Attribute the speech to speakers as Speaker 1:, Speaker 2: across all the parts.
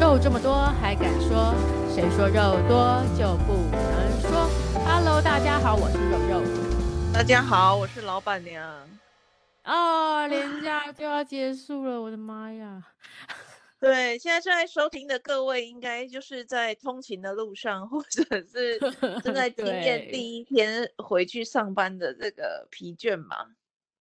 Speaker 1: 肉这么多还敢说？谁说肉多就不能说？Hello，大家好，我是肉肉。
Speaker 2: 大家好，我是老板娘。
Speaker 1: 哦，连假就要结束了，我的妈呀！
Speaker 2: 对，现在正在收听的各位，应该就是在通勤的路上，或者 是正在经验
Speaker 1: 对
Speaker 2: 第一天回去上班的这个疲倦 嘛。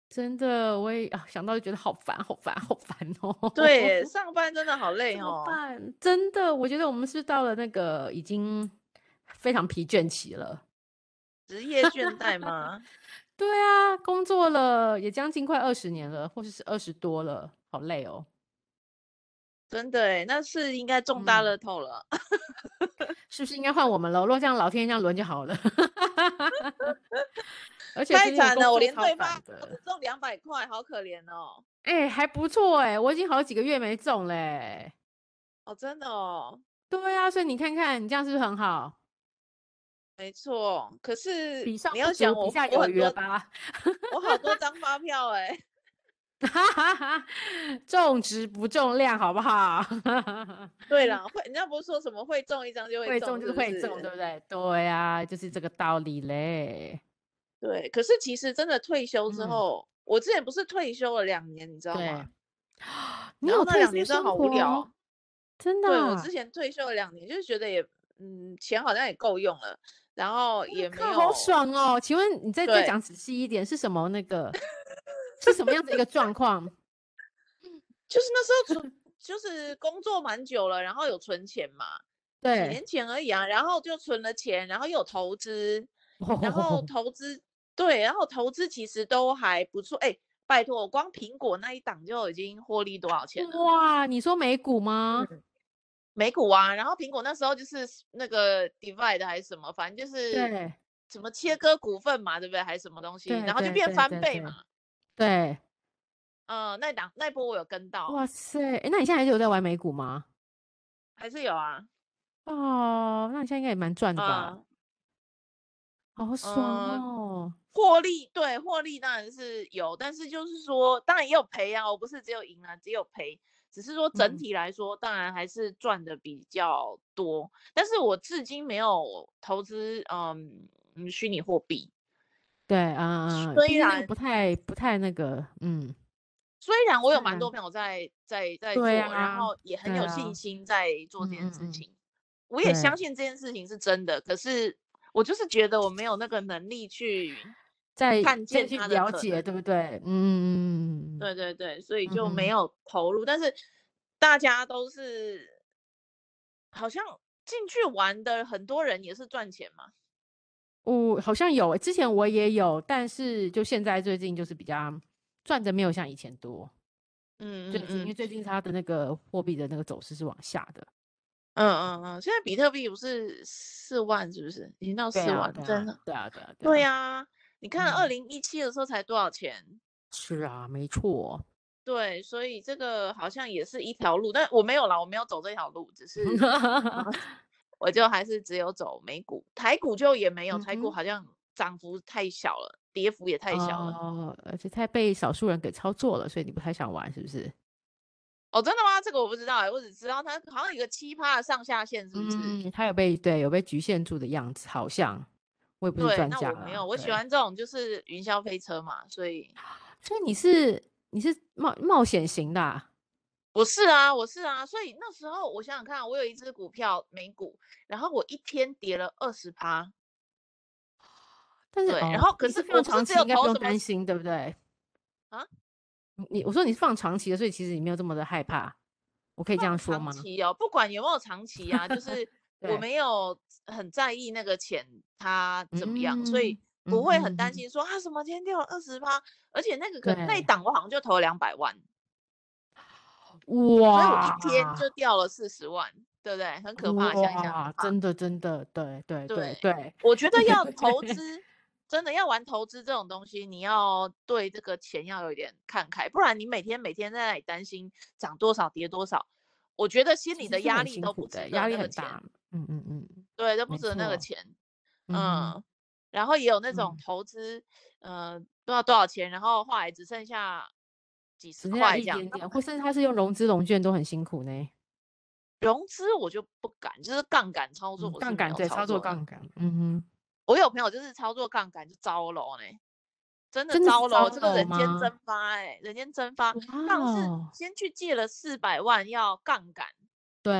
Speaker 1: 真的，我也啊想到就觉得好烦，好烦，好烦哦。
Speaker 2: 对，上班真的好累
Speaker 1: 怎么
Speaker 2: 哦。
Speaker 1: 办？真的，我觉得我们是到了那个已经非常疲倦期了。
Speaker 2: 职业倦 怠吗？
Speaker 1: 对啊，工作了也将近快二十年了，或者是二十多了，好累哦。
Speaker 2: 真的欸，那是应该中大
Speaker 1: 嗯
Speaker 2: 乐透了。
Speaker 1: 是不是应该换我们了？如果这样老天这样轮就好了。 而且
Speaker 2: 太
Speaker 1: 最近的
Speaker 2: 惨
Speaker 1: 工
Speaker 2: 了，
Speaker 1: 作
Speaker 2: 我连
Speaker 1: 超
Speaker 2: 对
Speaker 1: 烦
Speaker 2: 方
Speaker 1: 的
Speaker 2: 只中两百块，好可怜哦。
Speaker 1: 哎、还不错哎、我已经好几个月没中嘞、
Speaker 2: 哦，真的哦，
Speaker 1: 对啊，所以你看看，你这样是不是很好？
Speaker 2: 没错。可是
Speaker 1: 比上
Speaker 2: 你要
Speaker 1: 不
Speaker 2: 想
Speaker 1: 足，
Speaker 2: 我，
Speaker 1: 比下
Speaker 2: 我
Speaker 1: 有
Speaker 2: 很
Speaker 1: 余了
Speaker 2: 多，
Speaker 1: 吧？
Speaker 2: 我好多张发票哎、
Speaker 1: 哈哈哈，重质不重量，好不好？
Speaker 2: 对啦，会人家不是说什么会中一张就
Speaker 1: 会
Speaker 2: 中，
Speaker 1: 中就是是
Speaker 2: 不
Speaker 1: 会中，
Speaker 2: 是
Speaker 1: 对不对？对啊，就是这个道理嘞。
Speaker 2: 对，可是其实真的退休之
Speaker 1: 嗯
Speaker 2: 后，我之前不是退休了两年，你知道
Speaker 1: 对
Speaker 2: 吗？，
Speaker 1: 你
Speaker 2: 然
Speaker 1: 有
Speaker 2: 后那
Speaker 1: 退
Speaker 2: 两
Speaker 1: 休
Speaker 2: 年真的
Speaker 1: 生
Speaker 2: 好无聊
Speaker 1: 活
Speaker 2: 哦，
Speaker 1: 真的
Speaker 2: 对我
Speaker 1: 啊
Speaker 2: 之前退休了两年，就是觉得也，嗯，钱好像也够用了，然后也没
Speaker 1: 靠，
Speaker 2: 有
Speaker 1: 好爽哦！请问你再再
Speaker 2: 对
Speaker 1: 讲仔细一点，是什么那 个是什么样的一个状况？
Speaker 2: 就是那时 候存，就是工作蛮久了，然后有存钱嘛，几
Speaker 1: 对，
Speaker 2: 年前而已啊，然后就存了钱，然后又有投资，
Speaker 1: 哦
Speaker 2: 然 后投资对，然后投资其实都还不错，哎，拜托，我光苹果那一档就已经获利多少钱了？
Speaker 1: 哇，你说美股吗？
Speaker 2: 美股啊，然后苹果那时候就是那个 divide 还是什么，反正就是
Speaker 1: 对
Speaker 2: 什么切割股份嘛，对不对？还是什么东西，
Speaker 1: 对
Speaker 2: 然后就
Speaker 1: 对
Speaker 2: 变
Speaker 1: 对
Speaker 2: 翻
Speaker 1: 对
Speaker 2: 倍
Speaker 1: 对
Speaker 2: 嘛。
Speaker 1: 对，
Speaker 2: 嗯、那档那一波我有跟到，
Speaker 1: 哇塞！诶那你现在还是有在玩美股吗？
Speaker 2: 还是有啊，
Speaker 1: 哦，那你现在应该也蛮赚的
Speaker 2: 啊、
Speaker 1: 吧？
Speaker 2: 嗯
Speaker 1: 好爽哦！
Speaker 2: 获利对获利当然是有，但是就是说，当然也有赔啊，我不是只有赢啊，只有赔，只是说整
Speaker 1: 嗯
Speaker 2: 体来说，当然还是赚的比较多。但是我至今没有投资，嗯，嗯虚拟货币。
Speaker 1: 对啊，
Speaker 2: 虽
Speaker 1: 毕竟那个
Speaker 2: 然
Speaker 1: 不太不太那个，嗯，
Speaker 2: 虽然我有
Speaker 1: 虽
Speaker 2: 蛮
Speaker 1: 然
Speaker 2: 多朋友在在在做，
Speaker 1: 对
Speaker 2: 然
Speaker 1: 啊
Speaker 2: 后也很
Speaker 1: 对
Speaker 2: 有
Speaker 1: 啊
Speaker 2: 信心在做
Speaker 1: 嗯
Speaker 2: 这件
Speaker 1: 嗯
Speaker 2: 事
Speaker 1: 嗯
Speaker 2: 情，我也相
Speaker 1: 对
Speaker 2: 信这件事情是真的。可是我就是觉得我没有那个能力去
Speaker 1: 再
Speaker 2: 看
Speaker 1: 再
Speaker 2: 见
Speaker 1: 去
Speaker 2: 它的
Speaker 1: 了
Speaker 2: 可能。
Speaker 1: 解，对不对？嗯，
Speaker 2: 对对对，所以
Speaker 1: 嗯
Speaker 2: 就没
Speaker 1: 哼
Speaker 2: 有投入，但是大家都是好像进去玩的很多人也是赚钱嘛，
Speaker 1: 我好像有欸，之前我也有，但是就现在最近就是比较赚的没有像以前多。
Speaker 2: 嗯
Speaker 1: 最
Speaker 2: 嗯
Speaker 1: 近因为
Speaker 2: 嗯
Speaker 1: 最近它的那个货币的那个走势是往下的。
Speaker 2: 嗯嗯嗯，现在比特币不是四万是不是？已经到
Speaker 1: 对
Speaker 2: 四
Speaker 1: 啊，
Speaker 2: 万，
Speaker 1: 对
Speaker 2: 真
Speaker 1: 啊，
Speaker 2: 的？
Speaker 1: 对啊，对啊，对
Speaker 2: 对
Speaker 1: 啊，
Speaker 2: 呀、你看二
Speaker 1: 嗯，
Speaker 2: 零一七的时候才多少钱？
Speaker 1: 是啊，没错。
Speaker 2: 对，所以这个好像也是一条路，但我没有啦，我没有走这条路，只是呃我就还是只有走美股，台股就也没有，
Speaker 1: 嗯
Speaker 2: 台股
Speaker 1: 哼，
Speaker 2: 好像涨幅太小了，跌幅也太小了。
Speaker 1: 哦，而且它被少数人给操作了，所以你不太想玩，是不是？
Speaker 2: 哦，真的吗？这个我不知道哎、我只知道它好像有个奇葩的上下限，是不是？
Speaker 1: 嗯，它有被对有被局限住的样子，好像我也不是
Speaker 2: 对，
Speaker 1: 专
Speaker 2: 那
Speaker 1: 家
Speaker 2: 我没有，
Speaker 1: 啦，
Speaker 2: 我喜
Speaker 1: 对。
Speaker 2: 欢这种就是云霄飞车嘛，所以
Speaker 1: 所以你是你是冒冒险型的啊
Speaker 2: 我是啊，我是啊，所以那时候我想想看，啊我有一只股票美股，然后我一天跌了二十趴，
Speaker 1: 但是
Speaker 2: 对，然
Speaker 1: 哦，
Speaker 2: 后可
Speaker 1: 你是
Speaker 2: 是
Speaker 1: 放
Speaker 2: 我不是
Speaker 1: 长
Speaker 2: 只
Speaker 1: 期，
Speaker 2: 有
Speaker 1: 应该不
Speaker 2: 投
Speaker 1: 用
Speaker 2: 什么
Speaker 1: 担心，对不对？
Speaker 2: 啊，
Speaker 1: 你我说你是放长期的，所以其实你没有这么的害怕，我可以这样
Speaker 2: 放
Speaker 1: 说
Speaker 2: 长
Speaker 1: 吗？
Speaker 2: 期哦，不管有没有长期 啊，就是我
Speaker 1: 对，
Speaker 2: 没有很在意那个钱它怎么样，所以
Speaker 1: 嗯嗯
Speaker 2: 不会很
Speaker 1: 哼
Speaker 2: 担
Speaker 1: 哼，
Speaker 2: 心说啊什么今天掉了二十趴，而且那个可那
Speaker 1: 对，
Speaker 2: 一档我好像就投了两百万。所以我一
Speaker 1: 哇
Speaker 2: 天就掉了四十万，对不对？很可怕，想一想很
Speaker 1: 哇，
Speaker 2: 怕。
Speaker 1: 真的真的，对对对
Speaker 2: 对，
Speaker 1: 对
Speaker 2: 我觉得 要投
Speaker 1: 对，
Speaker 2: 资，真的要玩投资这种东西，你要对这个钱要有一点看开，不然你每天每天在那里担心涨多少跌多少，我觉得心
Speaker 1: 其
Speaker 2: 里
Speaker 1: 实
Speaker 2: 的
Speaker 1: 是
Speaker 2: 压
Speaker 1: 很
Speaker 2: 力
Speaker 1: 辛
Speaker 2: 都
Speaker 1: 苦
Speaker 2: 不值
Speaker 1: 的，压
Speaker 2: 得
Speaker 1: 力
Speaker 2: 那个
Speaker 1: 很
Speaker 2: 钱，
Speaker 1: 大，嗯嗯嗯，
Speaker 2: 对，都不
Speaker 1: 没
Speaker 2: 值得那个
Speaker 1: 错，
Speaker 2: 钱，
Speaker 1: 嗯哼，
Speaker 2: 嗯。然后也有那种
Speaker 1: 嗯，
Speaker 2: 投资，呃，不知道多少钱，然后后来只剩下几十
Speaker 1: 只剩下
Speaker 2: 块
Speaker 1: 一
Speaker 2: 这样，
Speaker 1: 点
Speaker 2: 那
Speaker 1: 点，或甚至他是用融资融券都很辛苦呢，
Speaker 2: 融资我就不敢，就是杠杆操作
Speaker 1: 嗯
Speaker 2: 我是
Speaker 1: 杠
Speaker 2: 没
Speaker 1: 杆
Speaker 2: 有
Speaker 1: 对，操作
Speaker 2: 的
Speaker 1: 杠杆，嗯
Speaker 2: 我有朋友就是操作杠杆就糟了呢，真的
Speaker 1: 真的是
Speaker 2: 糟了，
Speaker 1: 糟
Speaker 2: 这个人
Speaker 1: 了吗
Speaker 2: 间蒸发哎、人间蒸发。
Speaker 1: 哼，
Speaker 2: 当时
Speaker 1: 哇哦
Speaker 2: 先去借了四百万要杠杆，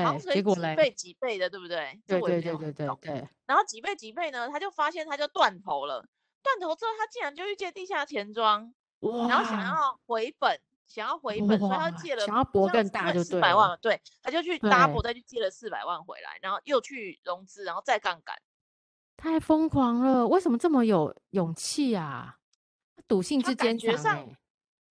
Speaker 2: 好
Speaker 1: 对，
Speaker 2: 像所
Speaker 1: 结
Speaker 2: 以
Speaker 1: 果
Speaker 2: 几
Speaker 1: 嘞，
Speaker 2: 倍几倍的，对不对？这
Speaker 1: 对
Speaker 2: 我也
Speaker 1: 对对
Speaker 2: 没有
Speaker 1: 对
Speaker 2: 很
Speaker 1: 对
Speaker 2: 懂。
Speaker 1: 对，
Speaker 2: 然后几倍几倍呢，他就发现他就断头了，断头之后他竟然就去借地下钱庄，
Speaker 1: 哇，
Speaker 2: 然后想要回本，想要回本，所以他就
Speaker 1: 哇
Speaker 2: 借了
Speaker 1: 想要博
Speaker 2: 好像
Speaker 1: 更大
Speaker 2: 因为
Speaker 1: 就对
Speaker 2: 四百
Speaker 1: 了
Speaker 2: 万，对，他就去 double
Speaker 1: 对
Speaker 2: 再去借了四百万回来，然后又去融资，然后再杠杆。
Speaker 1: 太疯狂了！为什么这么有勇气啊？赌性
Speaker 2: 他
Speaker 1: 之
Speaker 2: 感
Speaker 1: 坚
Speaker 2: 觉
Speaker 1: 强
Speaker 2: 上
Speaker 1: 哎、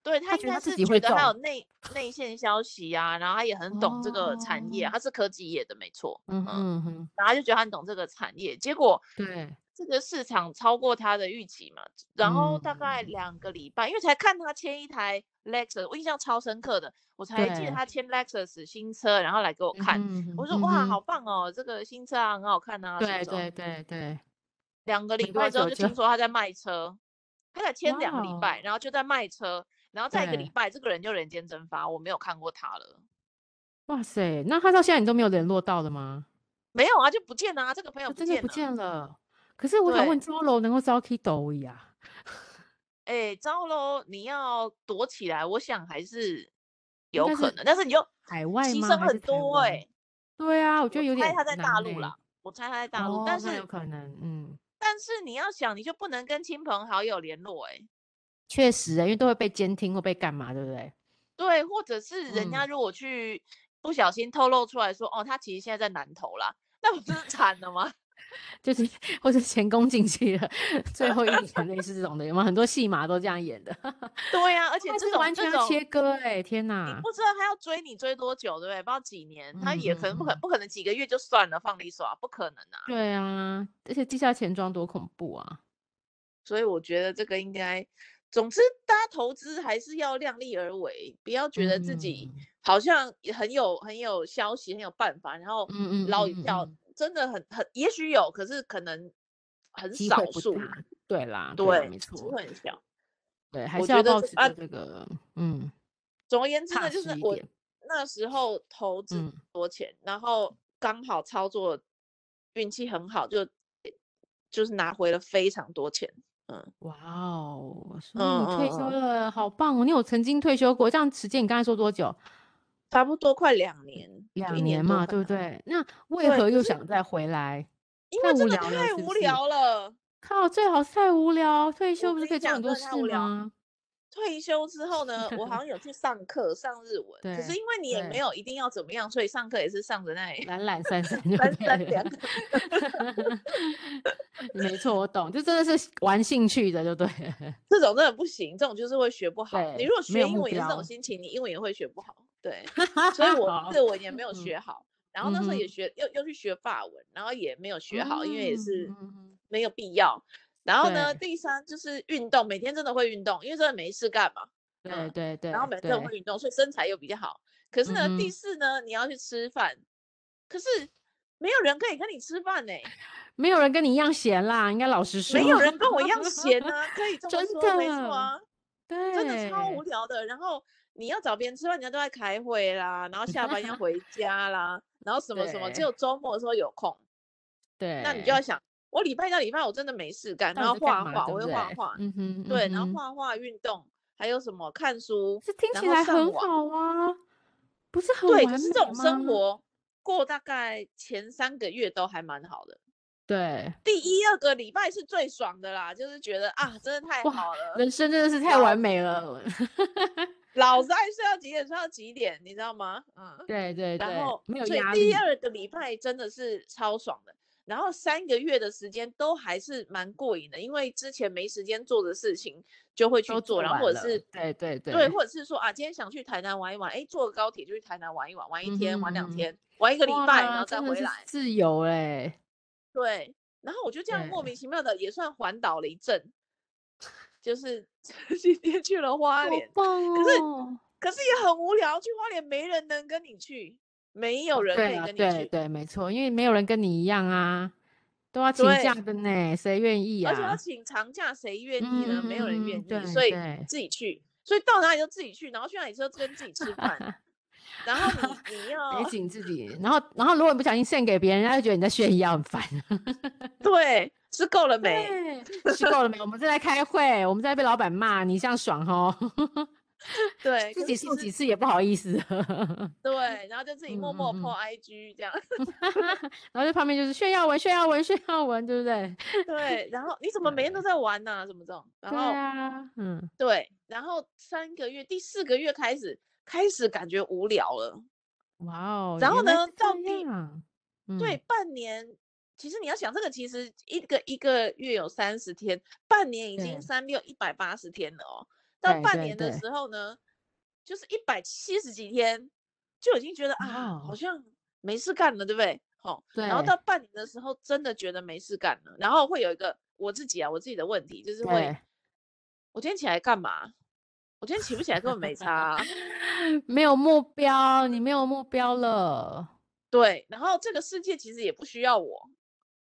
Speaker 2: 对
Speaker 1: 他
Speaker 2: 应
Speaker 1: 觉得
Speaker 2: 该
Speaker 1: 他自
Speaker 2: 是
Speaker 1: 己
Speaker 2: 觉
Speaker 1: 会
Speaker 2: 得他有
Speaker 1: 中
Speaker 2: 内内线消息啊，然后他也很懂这个产业啊，
Speaker 1: 哦
Speaker 2: 他是科技业的没错，
Speaker 1: 嗯
Speaker 2: 嗯，
Speaker 1: 哼哼，
Speaker 2: 然后他就觉得他很懂这个产业，结果
Speaker 1: 对，
Speaker 2: 这个市场超过他的预期嘛，然后大概
Speaker 1: 嗯
Speaker 2: 两个礼拜，因为才看他签一台 Lexus，我印象超深刻的，我才记得
Speaker 1: 对
Speaker 2: 他签 Lexus 新车，然后来给我
Speaker 1: 嗯
Speaker 2: 看，
Speaker 1: 哼
Speaker 2: 我
Speaker 1: 哼
Speaker 2: 说
Speaker 1: 嗯
Speaker 2: 哇，
Speaker 1: 哼
Speaker 2: 好棒哦，这个新车啊很好看啊，什么
Speaker 1: 对
Speaker 2: 什么，
Speaker 1: 对对对，
Speaker 2: 两个
Speaker 1: 没
Speaker 2: 礼
Speaker 1: 多
Speaker 2: 拜之后
Speaker 1: 久
Speaker 2: 就
Speaker 1: 就
Speaker 2: 听说他在卖车，他才签
Speaker 1: 哇
Speaker 2: 两个礼拜，
Speaker 1: 哦，
Speaker 2: 然后就在卖车，然后再一个礼
Speaker 1: 对，
Speaker 2: 拜，这个人就人间蒸发，我没有看过他了。
Speaker 1: 哇塞，那他到现在你都没有联络到了吗？
Speaker 2: 没有啊，就不见了啊，这个朋友
Speaker 1: 就
Speaker 2: 不
Speaker 1: 真的
Speaker 2: 见
Speaker 1: 不
Speaker 2: 了。
Speaker 1: 见了。可是我想问，
Speaker 2: 对，
Speaker 1: 招楼能够招 K 斗一啊？
Speaker 2: 哎，糟喽，你要躲起来，我想还是
Speaker 1: 应
Speaker 2: 有
Speaker 1: 该
Speaker 2: 可
Speaker 1: 是
Speaker 2: 能，但是你就
Speaker 1: 海外
Speaker 2: 牺
Speaker 1: 吗？
Speaker 2: 牲
Speaker 1: 还是
Speaker 2: 很
Speaker 1: 台
Speaker 2: 多
Speaker 1: 湾？
Speaker 2: 哎、
Speaker 1: 对啊，我觉
Speaker 2: 我
Speaker 1: 得有
Speaker 2: 猜
Speaker 1: 点
Speaker 2: 他在
Speaker 1: 难
Speaker 2: 大
Speaker 1: 呢、
Speaker 2: 陆啦，我猜他在大陆，
Speaker 1: 哦，
Speaker 2: 但
Speaker 1: 那有
Speaker 2: 是
Speaker 1: 可能，嗯。
Speaker 2: 但是你要想，你就不能跟亲朋好友联络哎、
Speaker 1: 确实、欸，因为都会被监听，会被干嘛，对不对？
Speaker 2: 对，或者是人家
Speaker 1: 嗯，
Speaker 2: 如果去不小心透露出来说，哦，他其实现在在南投啦，那不是惨了吗？
Speaker 1: 就是或者前功尽弃了，最后一年类似这种的，有没有很多戏码都这样演的？
Speaker 2: 对呀、而且
Speaker 1: 但
Speaker 2: 这
Speaker 1: 是
Speaker 2: 种
Speaker 1: 完
Speaker 2: 这
Speaker 1: 全要
Speaker 2: 种，
Speaker 1: 切割哎、天
Speaker 2: 你
Speaker 1: 哪！
Speaker 2: 不知道他要追你追多久，对不对？不知道几年，他
Speaker 1: 嗯
Speaker 2: 也
Speaker 1: 嗯
Speaker 2: 可能不可
Speaker 1: 嗯，
Speaker 2: 不可能几个月就算了，放利索啊，不可能啊。
Speaker 1: 对啊，而且地下钱庄多恐怖啊！
Speaker 2: 所以我觉得这个应该，总之大家投资还是要量力而为，不要觉得自己
Speaker 1: 嗯
Speaker 2: 好像也很有很有消息、很有办法，然后
Speaker 1: 嗯嗯
Speaker 2: 捞一
Speaker 1: 嗯
Speaker 2: 票，
Speaker 1: 嗯，
Speaker 2: 真的很很也许有，可是可能很
Speaker 1: 机会
Speaker 2: 少
Speaker 1: 不
Speaker 2: 数，
Speaker 1: 大。对啦，对啦，
Speaker 2: 对，
Speaker 1: 没
Speaker 2: 机
Speaker 1: 错，
Speaker 2: 会很小。
Speaker 1: 对，还
Speaker 2: 我
Speaker 1: 是
Speaker 2: 觉
Speaker 1: 要
Speaker 2: 得
Speaker 1: 保
Speaker 2: 这
Speaker 1: 持
Speaker 2: 啊，
Speaker 1: 着这个嗯
Speaker 2: 总而言之
Speaker 1: 踏
Speaker 2: 呢，就是
Speaker 1: 实一
Speaker 2: 我
Speaker 1: 点，
Speaker 2: 那时候投资
Speaker 1: 嗯
Speaker 2: 多钱，然后刚好操作运气很好，就就是拿回了非常多钱。嗯
Speaker 1: 哇哦，所
Speaker 2: 嗯
Speaker 1: 以你
Speaker 2: 嗯
Speaker 1: 退休
Speaker 2: 嗯，
Speaker 1: 了，好棒哦！你有曾经退休过？这样时间你刚才说多久？
Speaker 2: 差不多快两年，就一
Speaker 1: 两
Speaker 2: 年
Speaker 1: 年
Speaker 2: 多
Speaker 1: 嘛，
Speaker 2: 快
Speaker 1: 对不
Speaker 2: 两年。
Speaker 1: 对？那为
Speaker 2: 对，
Speaker 1: 何
Speaker 2: 可
Speaker 1: 又
Speaker 2: 是
Speaker 1: 想再回来？
Speaker 2: 因为
Speaker 1: 太
Speaker 2: 真
Speaker 1: 无
Speaker 2: 的
Speaker 1: 聊了，
Speaker 2: 太
Speaker 1: 是不
Speaker 2: 无
Speaker 1: 是？
Speaker 2: 聊了，
Speaker 1: 靠，最好太无聊，退
Speaker 2: 我
Speaker 1: 休不
Speaker 2: 跟
Speaker 1: 是可以做
Speaker 2: 你讲，
Speaker 1: 很
Speaker 2: 真
Speaker 1: 多
Speaker 2: 的太
Speaker 1: 事
Speaker 2: 无聊。
Speaker 1: 吗？
Speaker 2: 退休之后呢，我好 像有去上课上日文，可是
Speaker 1: 对
Speaker 2: 因为你也没
Speaker 1: 对，
Speaker 2: 有一定要怎么样，所以上课也是上的那
Speaker 1: 懒懒散散就
Speaker 2: 三
Speaker 1: 对
Speaker 2: 三
Speaker 1: 了。
Speaker 2: 两
Speaker 1: 没错，我懂，就真的是玩兴趣的，就对了。
Speaker 2: 这种真的不行，这种就是会学不好。你
Speaker 1: 对，
Speaker 2: 如果
Speaker 1: 没
Speaker 2: 学
Speaker 1: 有
Speaker 2: 英
Speaker 1: 目
Speaker 2: 文也是这种
Speaker 1: 标。
Speaker 2: 心情，你英文也会学不好。 对，所以我
Speaker 1: 好，
Speaker 2: 日文也没有
Speaker 1: 嗯
Speaker 2: 学好，然后
Speaker 1: 嗯
Speaker 2: 那时候也
Speaker 1: 哼，
Speaker 2: 学又又去学法文，然后也没有学好，因为也
Speaker 1: 嗯
Speaker 2: 是
Speaker 1: 嗯哼，
Speaker 2: 没有必要。然后呢，
Speaker 1: 对
Speaker 2: 第三就是运动，每天真的会运动，因为真的没事干嘛，
Speaker 1: 对
Speaker 2: 嗯，
Speaker 1: 对
Speaker 2: 然后
Speaker 1: 对
Speaker 2: 每天真的
Speaker 1: 对，
Speaker 2: 会运动，所以身材又比较好。可是
Speaker 1: 嗯
Speaker 2: 呢，第
Speaker 1: 哼，
Speaker 2: 四呢，你要去吃饭，可是没有人可以跟你 吃饭呢、
Speaker 1: 没有人跟你一样闲啦，应该老实说，
Speaker 2: 没有人跟我一样闲啊，可 以这么
Speaker 1: 真
Speaker 2: 说，没错
Speaker 1: 的，
Speaker 2: 啊，真的超
Speaker 1: 对。
Speaker 2: 无聊的。然后你要找别人吃饭，人家都在开会啦，然后下班要回家啦，然后什么什么，只
Speaker 1: 对
Speaker 2: 有周末的时候有空，那你就要
Speaker 1: 对，
Speaker 2: 想，我礼拜到礼拜我真的没事干，
Speaker 1: 到
Speaker 2: 然
Speaker 1: 底
Speaker 2: 后
Speaker 1: 在干
Speaker 2: 画
Speaker 1: 嘛，
Speaker 2: 画，
Speaker 1: 对
Speaker 2: 我
Speaker 1: 不
Speaker 2: 会
Speaker 1: 对？
Speaker 2: 画画，
Speaker 1: 嗯哼，嗯
Speaker 2: 对，然后
Speaker 1: 哼，
Speaker 2: 画画、运动，还有什么看书，
Speaker 1: 这听
Speaker 2: 然
Speaker 1: 起
Speaker 2: 后
Speaker 1: 来
Speaker 2: 上
Speaker 1: 很
Speaker 2: 网。
Speaker 1: 好啊，不是很
Speaker 2: 对，可
Speaker 1: 完
Speaker 2: 是这
Speaker 1: 美
Speaker 2: 种生
Speaker 1: 吗？
Speaker 2: 活过大概前三个月都还蛮好的，
Speaker 1: 对，
Speaker 2: 第一二个礼拜是最爽的啦，就是觉得啊，真的太
Speaker 1: 哇，
Speaker 2: 好了，
Speaker 1: 人生真的是太
Speaker 2: 老
Speaker 1: 完美了。
Speaker 2: 老子爱睡到几点睡到几点，你知道吗？嗯，
Speaker 1: 对对
Speaker 2: 然
Speaker 1: 对，
Speaker 2: 后
Speaker 1: 没有
Speaker 2: 所以
Speaker 1: 压
Speaker 2: 第
Speaker 1: 力，
Speaker 2: 二个礼拜真的是超爽的，然后三个月的时间都还是蛮过瘾的，因为之前没时间做的事情就会去
Speaker 1: 都
Speaker 2: 做，
Speaker 1: 做
Speaker 2: 然后
Speaker 1: 完
Speaker 2: 或者
Speaker 1: 了。
Speaker 2: 是
Speaker 1: 对对
Speaker 2: 对，
Speaker 1: 对，
Speaker 2: 或者是说啊，今天想去台南玩一玩，哎，坐个高铁就去台南玩一玩，玩一
Speaker 1: 嗯
Speaker 2: 天，
Speaker 1: 哼
Speaker 2: 玩两
Speaker 1: 嗯
Speaker 2: 天，玩一个
Speaker 1: 哼，
Speaker 2: 礼拜，然
Speaker 1: 哇，
Speaker 2: 后再
Speaker 1: 真的
Speaker 2: 回
Speaker 1: 是
Speaker 2: 来。
Speaker 1: 自由哎，
Speaker 2: 对，然后我就这样莫
Speaker 1: 对，
Speaker 2: 名其妙的也算环岛了一阵，就是 今天去了花
Speaker 1: 好
Speaker 2: 莲，
Speaker 1: 棒
Speaker 2: 可是
Speaker 1: 哦。
Speaker 2: 可是也很无聊，去花莲没人能跟你去，没有
Speaker 1: 哦，
Speaker 2: 人可
Speaker 1: 对
Speaker 2: 以
Speaker 1: 啊，
Speaker 2: 跟你
Speaker 1: 对
Speaker 2: 去，
Speaker 1: 对，没错，因为没有人跟你一样啊，都要请假
Speaker 2: 对，
Speaker 1: 的呢，谁愿意
Speaker 2: 而且要
Speaker 1: 啊？
Speaker 2: 请长假，谁愿意呢？没有人
Speaker 1: 嗯嗯嗯，
Speaker 2: 愿意，
Speaker 1: 对
Speaker 2: 所以
Speaker 1: 对。
Speaker 2: 自己去，所以到哪里就自己去，然后去哪里就跟自己吃饭，然后 你你要
Speaker 1: 别紧 自己。然后，然后如果你不小心献给别人，他就觉得你在炫耀，很烦。
Speaker 2: 对吃够了 没？
Speaker 1: 对，吃够了 没？我们正在开会，我们在被老板骂，你这样爽哦。
Speaker 2: 对，
Speaker 1: 自
Speaker 2: 可
Speaker 1: 己
Speaker 2: 是其
Speaker 1: 送
Speaker 2: 实
Speaker 1: 几次也不好意思，
Speaker 2: 对，然后就自己默默
Speaker 1: 嗯嗯嗯
Speaker 2: po IG 这样。
Speaker 1: 然后在旁边就是炫耀文、炫耀文、 炫耀文，对不对？
Speaker 2: 对，然后你怎么每天都在玩呢、什么这种，然
Speaker 1: 对
Speaker 2: 后
Speaker 1: 啊，嗯，
Speaker 2: 对，然后三个月，第四个月开始开始感觉无聊了。
Speaker 1: 哇哦。
Speaker 2: 然后
Speaker 1: 原来
Speaker 2: 呢
Speaker 1: 是
Speaker 2: 到
Speaker 1: 这
Speaker 2: 第
Speaker 1: 样，
Speaker 2: 对，
Speaker 1: 嗯，
Speaker 2: 半年，其实你要想这个，其实一个一个月有三十天，半年已
Speaker 1: 对
Speaker 2: 经三六一百八十天了哦。到
Speaker 1: 对
Speaker 2: 半
Speaker 1: 对
Speaker 2: 年的
Speaker 1: 对
Speaker 2: 时候呢，就是一百七十几天，就已经觉得
Speaker 1: 哇
Speaker 2: 啊，
Speaker 1: 哦
Speaker 2: 好像没事干了，对不对？好、
Speaker 1: 对，
Speaker 2: 然后到半年的时候，真的觉得没事干了，然后会有一个我自己啊，我自己的问题就是会，
Speaker 1: 对，
Speaker 2: 我今天起来干嘛？我今天起不起来根本没差啊、
Speaker 1: 没有目标，你没有目标了。
Speaker 2: 对，然后这个世界其实也不需要我，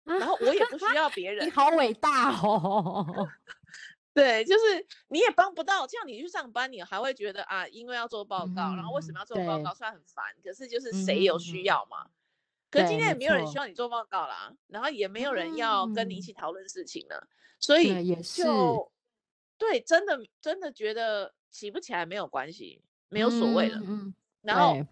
Speaker 2: 然后我也不需要别人
Speaker 1: 啊你，好伟大哦！
Speaker 2: 对，就是你也帮不到，这样你去上班，你还会觉得啊，因为要做报告，然后为什
Speaker 1: 嗯
Speaker 2: 么要做报
Speaker 1: 对
Speaker 2: 告，虽然很烦，可是就是
Speaker 1: 嗯
Speaker 2: 谁
Speaker 1: 哼
Speaker 2: 有
Speaker 1: 嗯
Speaker 2: 需
Speaker 1: 哼
Speaker 2: 要嘛？可是今
Speaker 1: 对
Speaker 2: 天也
Speaker 1: 没
Speaker 2: 没有人需
Speaker 1: 错
Speaker 2: 要你做报告啦，然后也没有人要跟你一
Speaker 1: 嗯
Speaker 2: 起讨论事情了，所
Speaker 1: 对，
Speaker 2: 以
Speaker 1: 也是，
Speaker 2: 就对，真的真的觉得起不起来没有关系，没有所谓了。
Speaker 1: 嗯
Speaker 2: 然后
Speaker 1: 对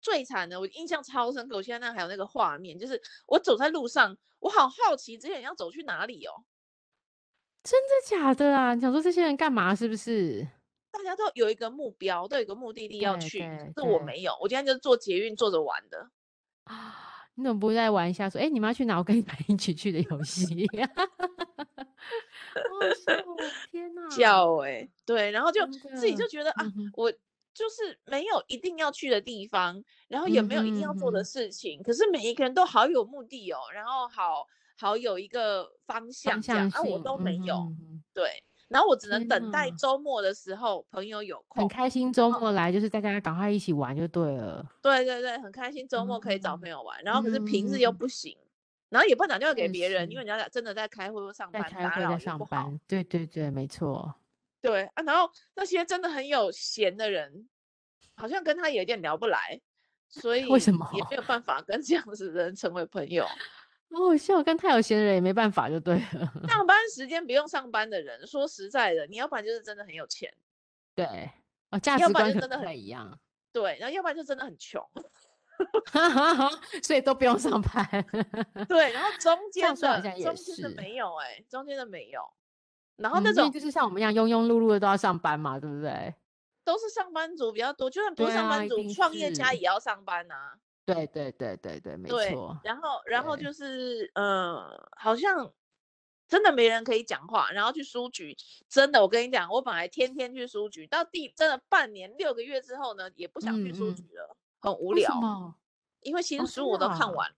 Speaker 2: 最惨的，我印象超深刻，我现在那还有那个画面，就是我走在路上，我好好奇这些人要走去哪里哦。
Speaker 1: 真的假的啊？你想说这些人干嘛？是不是？
Speaker 2: 大家都有一个目标，都有一个目的地要
Speaker 1: 对
Speaker 2: 去，
Speaker 1: 对
Speaker 2: 可是我
Speaker 1: 对
Speaker 2: 没有，我今天就是坐捷运坐着玩的。
Speaker 1: 啊！你怎么不再玩一下？说，哎、你们要去哪？我跟你们一起去的游戏。 好好笑哦！天哪！
Speaker 2: 笑哎、对，然后就
Speaker 1: 真
Speaker 2: 自己就
Speaker 1: 的
Speaker 2: 觉得啊
Speaker 1: 嗯，哼
Speaker 2: 我就是没有一定要去的地方，然后也
Speaker 1: 嗯
Speaker 2: 没有一定
Speaker 1: 哼
Speaker 2: 要
Speaker 1: 嗯
Speaker 2: 做的
Speaker 1: 哼
Speaker 2: 事情，可是每一个人都好有目的哦，然后好好有一个方
Speaker 1: 方
Speaker 2: 向这样
Speaker 1: 向
Speaker 2: 啊，我
Speaker 1: 性，
Speaker 2: 都没
Speaker 1: 嗯哼
Speaker 2: 有，
Speaker 1: 嗯哼
Speaker 2: 对，然后我只能
Speaker 1: 天
Speaker 2: 等待
Speaker 1: 哪
Speaker 2: 周末的时候朋友有
Speaker 1: 很
Speaker 2: 空，
Speaker 1: 开心，
Speaker 2: 嗯
Speaker 1: 周末来就是大家赶快一起玩就对了。
Speaker 2: 对对对，很开心周末可以找
Speaker 1: 嗯
Speaker 2: 朋友玩，然后可是平日又
Speaker 1: 嗯，
Speaker 2: 不行，然后也不能打电话给
Speaker 1: 确
Speaker 2: 别人，因
Speaker 1: 实，
Speaker 2: 为人家真的在开会或上
Speaker 1: 在
Speaker 2: 班，
Speaker 1: 开
Speaker 2: 打
Speaker 1: 会，在
Speaker 2: 扰也
Speaker 1: 上
Speaker 2: 不好。
Speaker 1: 班，对对对，没错。
Speaker 2: 对啊，然后那些真的很有闲的人，好像跟他有点聊不来，所
Speaker 1: 为什
Speaker 2: 以
Speaker 1: 么？
Speaker 2: 也没有办法跟 这样子的人成为朋 友。
Speaker 1: 好好笑，跟太有闲的人也没办法，就对了。
Speaker 2: 上班时间不用上班的人，说实在的，你要不然就是真的很有钱，
Speaker 1: 对，哦，价
Speaker 2: 要
Speaker 1: 值
Speaker 2: 不然
Speaker 1: 观
Speaker 2: 就
Speaker 1: 可
Speaker 2: 真
Speaker 1: 能
Speaker 2: 的
Speaker 1: 不
Speaker 2: 很
Speaker 1: 太一样，
Speaker 2: 对，然后要不然就真的很穷。
Speaker 1: 所以都不用上班。
Speaker 2: 对，然后中
Speaker 1: 这样
Speaker 2: 间
Speaker 1: 说好
Speaker 2: 的
Speaker 1: 像也
Speaker 2: 中间的
Speaker 1: 是，
Speaker 2: 没有、哎，中间的没有。然后
Speaker 1: 嗯，
Speaker 2: 那
Speaker 1: 因为
Speaker 2: 种
Speaker 1: 就是像我们一样庸庸碌碌的都要上班嘛，对不对？
Speaker 2: 都是上班族比较多，就算不是
Speaker 1: 对
Speaker 2: 上
Speaker 1: 啊，
Speaker 2: 班
Speaker 1: 一
Speaker 2: 族，
Speaker 1: 定
Speaker 2: 创业家
Speaker 1: 是，
Speaker 2: 也要上班呐、啊。
Speaker 1: 对对对对对，没
Speaker 2: 对，
Speaker 1: 错，
Speaker 2: 然后然后
Speaker 1: 对，
Speaker 2: 就是呃，好像真的没人可以讲话，然后去书局，真的，我跟你讲，我本来天天去书局，到第真的半年六个月之后呢，也不想
Speaker 1: 嗯
Speaker 2: 去书局
Speaker 1: 嗯，
Speaker 2: 了，很无
Speaker 1: 为什
Speaker 2: 聊，
Speaker 1: 么？
Speaker 2: 因为新
Speaker 1: 哦，
Speaker 2: 书
Speaker 1: 真的
Speaker 2: 我都看
Speaker 1: 啊，
Speaker 2: 完了，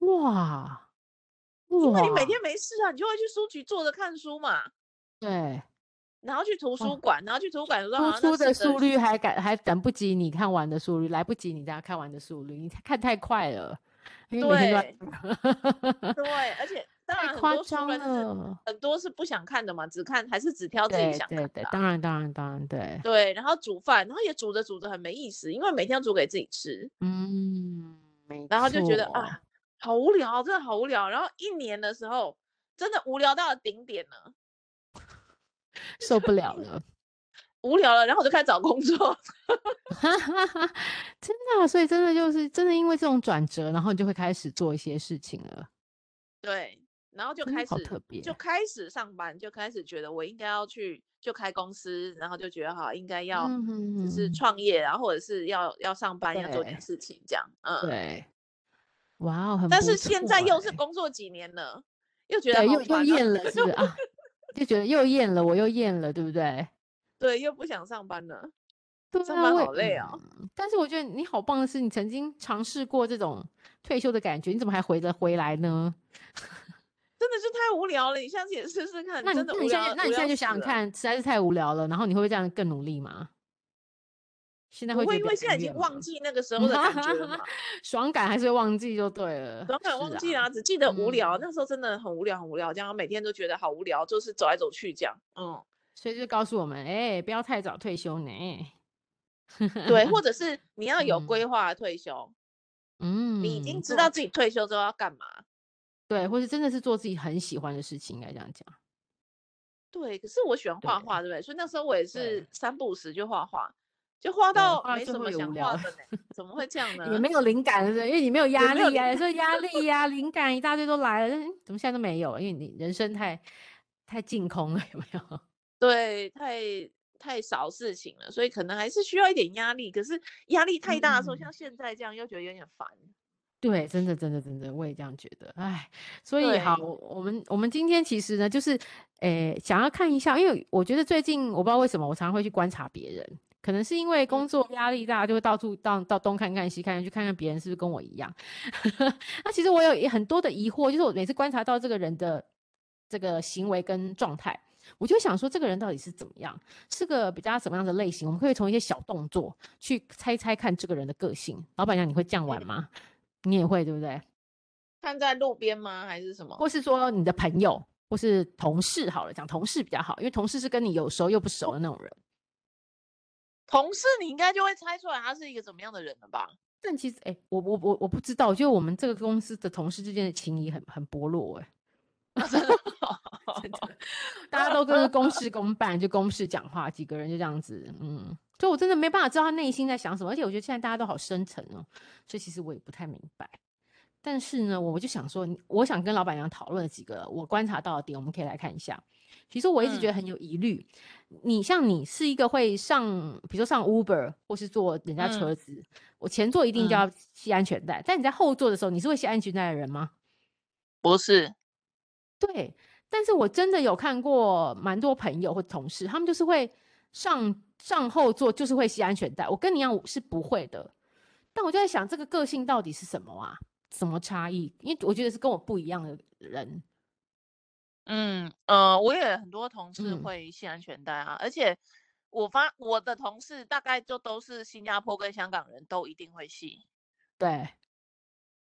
Speaker 1: 哇
Speaker 2: 因为你每
Speaker 1: 哇，
Speaker 2: 天没事啊，你就会去书局坐着看书嘛，
Speaker 1: 对，
Speaker 2: 然后去图书
Speaker 1: 哦，
Speaker 2: 馆，然后去图书馆的时候
Speaker 1: 出
Speaker 2: 好像那
Speaker 1: 出
Speaker 2: 四
Speaker 1: 的
Speaker 2: 个
Speaker 1: 速率还赶还等不及你看完的速率，来不及你大家看完的速率，你看太快了，因为每天都在
Speaker 2: 对。对，而且当
Speaker 1: 太
Speaker 2: 然很
Speaker 1: 夸
Speaker 2: 多书
Speaker 1: 张
Speaker 2: 呢，就是
Speaker 1: 了。
Speaker 2: 很多是不想看的嘛，只看还是只挑自己
Speaker 1: 对
Speaker 2: 想
Speaker 1: 对
Speaker 2: 看
Speaker 1: 对，
Speaker 2: 的啊、
Speaker 1: 当然当然当然对，
Speaker 2: 对，然后煮饭，然后也煮着煮着很没意思，因为每天要煮给自己吃，
Speaker 1: 嗯，没
Speaker 2: 然后就觉得
Speaker 1: 错，
Speaker 2: 啊，好无聊，真的好无聊。然后一年的时候，真的无聊到了顶点了，
Speaker 1: 受不了了，
Speaker 2: 无聊了，然后我就开始找工作。
Speaker 1: 哈哈哈，真的啊所以真的就是真的因为这种转折，然后你就会开始做一些事情了，
Speaker 2: 对，然后就
Speaker 1: 真的
Speaker 2: 开
Speaker 1: 嗯好
Speaker 2: 始
Speaker 1: 特
Speaker 2: 就
Speaker 1: 别，
Speaker 2: 开始上班，就开始觉得我应该要去就开公司，然后就觉得好应该要
Speaker 1: 嗯哼
Speaker 2: 就是
Speaker 1: 哼，
Speaker 2: 创业，然后或者是要要上班，要做点
Speaker 1: 对
Speaker 2: 事情这样，嗯。
Speaker 1: 对，哇哦，很
Speaker 2: 但
Speaker 1: 不
Speaker 2: 是现在
Speaker 1: 错
Speaker 2: 又是
Speaker 1: 哎，
Speaker 2: 工作几年了，又觉得
Speaker 1: 对，
Speaker 2: 好
Speaker 1: 又又
Speaker 2: 烦哦，
Speaker 1: 厌了，是不是啊？就觉得又厌了，我又厌了，对不对？
Speaker 2: 对，又不想上班了，
Speaker 1: 对
Speaker 2: 上
Speaker 1: 啊，
Speaker 2: 班
Speaker 1: 我也
Speaker 2: 好累哦。
Speaker 1: 嗯，但是我觉得你好棒的是，你曾经尝试过这种退休的感觉，你怎么还回得回来呢？
Speaker 2: 真的是太无聊了，你下次也试试看，
Speaker 1: 那你
Speaker 2: 真的
Speaker 1: 那
Speaker 2: 无
Speaker 1: 你现在
Speaker 2: 聊
Speaker 1: 那
Speaker 2: 无
Speaker 1: 你现
Speaker 2: 聊
Speaker 1: 在就
Speaker 2: 死
Speaker 1: 想想
Speaker 2: 了。
Speaker 1: 看，实在是太无聊了，然后你会不会这样更努力吗？现在
Speaker 2: 不
Speaker 1: 会觉得
Speaker 2: 会，因
Speaker 1: 比较
Speaker 2: 为现
Speaker 1: 甘
Speaker 2: 在已经
Speaker 1: 愿
Speaker 2: 忘
Speaker 1: 吗？
Speaker 2: 记那 个时候的感觉了嘛，
Speaker 1: 爽感还是会忘记就对了。
Speaker 2: 总感
Speaker 1: 是
Speaker 2: 忘记
Speaker 1: 啊，
Speaker 2: 啊，只记得无
Speaker 1: 嗯，
Speaker 2: 聊。那时候真的很无聊，很无聊，这样每天都觉得好无聊，就是 走来走去这样。嗯，
Speaker 1: 所以就告诉我们，哎、不要太早退休呢。
Speaker 2: 对，或者是你要有
Speaker 1: 嗯
Speaker 2: 规划退休，
Speaker 1: 嗯，
Speaker 2: 你已经知
Speaker 1: 做
Speaker 2: 道自己退休之后要干嘛。
Speaker 1: 对，或是真的是做自己很喜欢的事情，应该这样讲。
Speaker 2: 对，可是我喜欢画
Speaker 1: 对
Speaker 2: 画，对不对？所以那时候我也是
Speaker 1: 对
Speaker 2: 三不五时就画画，就画
Speaker 1: 对
Speaker 2: 到
Speaker 1: 画到
Speaker 2: 没
Speaker 1: 最
Speaker 2: 什
Speaker 1: 后
Speaker 2: 么
Speaker 1: 也
Speaker 2: 想
Speaker 1: 无
Speaker 2: 画
Speaker 1: 聊
Speaker 2: 的呢，怎么会这样呢？
Speaker 1: 也没有灵感了，对因为你没有压
Speaker 2: 没有
Speaker 1: 力啊呀、有时候压力呀、灵感一大堆都来了，但是怎么现在都没有了？因为你人生太太净空了，有没有？
Speaker 2: 对，太太少事情了，所以可能还是需要一点压力。可是压力太大的时候，
Speaker 1: 嗯
Speaker 2: 像现在这样，又觉得有点烦。
Speaker 1: 对，真的，真的，真的，我也这样觉得。哎，所以好，
Speaker 2: 对
Speaker 1: 我我们我们今天其实呢，就是诶，想要看一下，因为我觉得最近我不知道为什么，我常常会去观察别人，可能是因
Speaker 2: 嗯
Speaker 1: 为工作压力大，就会到处到到东看看西看看，去看看别人是不是跟我一样。 那其实我有也很多的疑惑，就是我每次观察到这个人的这个行为跟状态。我就想说，这个人到底是怎么样，是个比较什么样的类型？我们可以从一些小动作去猜猜看这个人的个性。老板娘，你会这样玩
Speaker 2: 嗯
Speaker 1: 吗？你也会对不对？
Speaker 2: 看在路边吗？还是什么？
Speaker 1: 或是说你的朋友或是同事好了，讲同事比较好，因为同事是跟你有熟又不熟的那种人。
Speaker 2: 同事，你应该就会猜出来他是一个怎么样的人了吧？
Speaker 1: 但其实，哎、我我我我不知道，我觉得我们这个公司的同事之间的情谊很很薄弱、哎， 真的大家都跟着公事公办，就公事讲话，几个人就这样子，嗯，所以我真的没办法知道他内心在想什么，而且我觉得现在大家都好深沉哦，所以其实我也不太明白。但是呢，我就想说，我想跟老板娘讨论几个我观察到的点，我们可以来看一下。其实我一直觉得
Speaker 2: 嗯
Speaker 1: 很有疑虑，你像你是一个会上，比如说上 Uber 或是坐人家车
Speaker 2: 嗯
Speaker 1: 子，我前座一定就
Speaker 2: 嗯
Speaker 1: 要系安全带，但你在后座的时候，你是会系安全带的人吗？
Speaker 2: 不是，
Speaker 1: 对，但是我真的有看过蛮多朋友或同事，他们就是会上上后座，就是会系安全带。我跟你一样，我是不会的。但我就在想，这个个性到底是什么啊？什么差异？因为我觉得是跟我不一样的人。
Speaker 2: 嗯，呃，我也很多同事
Speaker 1: 嗯
Speaker 2: 会系安全带啊，而且我发我的同事大概就都是新加坡跟香港人都一定会系，
Speaker 1: 对，